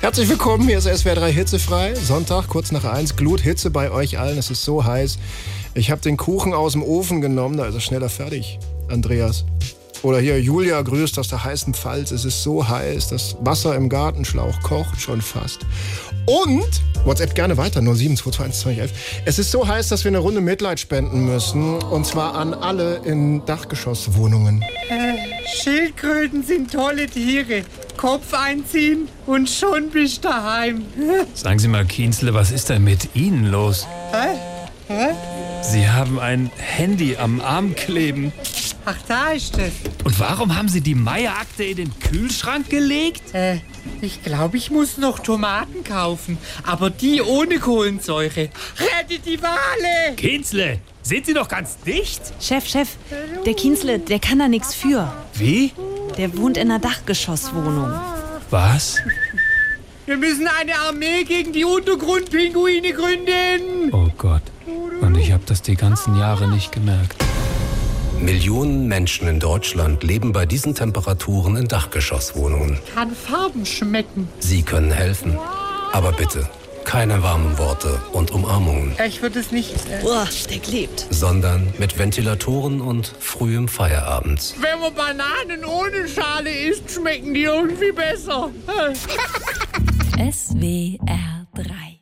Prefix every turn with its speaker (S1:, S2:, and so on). S1: Herzlich willkommen, hier ist SWR3 Hitzefrei. Sonntag, kurz nach eins, Gluthitze bei euch allen. Es ist so heiß. Ich habe den Kuchen aus dem Ofen genommen, da ist er schneller fertig, Andreas. Oder hier, Julia grüßt aus der heißen Pfalz. Es ist so heiß, das Wasser im Gartenschlauch kocht schon fast. Und, WhatsApp gerne weiter, 07221 Es ist so heiß, dass wir eine Runde Mitleid spenden müssen. Und zwar an alle in Dachgeschosswohnungen.
S2: Schildkröten sind tolle Tiere. Kopf einziehen und schon bist daheim.
S3: Sagen Sie mal, Kienzle, was ist denn mit Ihnen los?
S2: Hä? Hä?
S3: Sie haben ein Handy am Arm kleben.
S2: Ach, da ist es.
S3: Und warum haben Sie die Meierakte in den Kühlschrank gelegt?
S2: Äh, ich glaube, ich muss noch Tomaten kaufen, aber die ohne Kohlensäure. Rette die Wale!
S3: Kienzle, sind Sie doch ganz dicht?
S4: Chef, Chef, der Kienzle, der kann da nichts für.
S3: Wie?
S4: Der wohnt in einer Dachgeschosswohnung.
S3: Was?
S2: Wir müssen eine Armee gegen die Untergrundpinguine gründen!
S3: Oh Gott. Und ich habe das die ganzen Jahre nicht gemerkt.
S5: Millionen Menschen in Deutschland leben bei diesen Temperaturen in Dachgeschosswohnungen.
S2: Kann Farben schmecken.
S5: Sie können helfen. Aber bitte, keine warmen Worte und Umarmungen,
S2: Ich würde es nicht. Äh,
S4: Boah, der klebt.
S5: sondern mit Ventilatoren und frühem Feierabend.
S2: wenn man Bananen ohne Äh. Schale isst, schmecken die irgendwie besser.
S6: SWR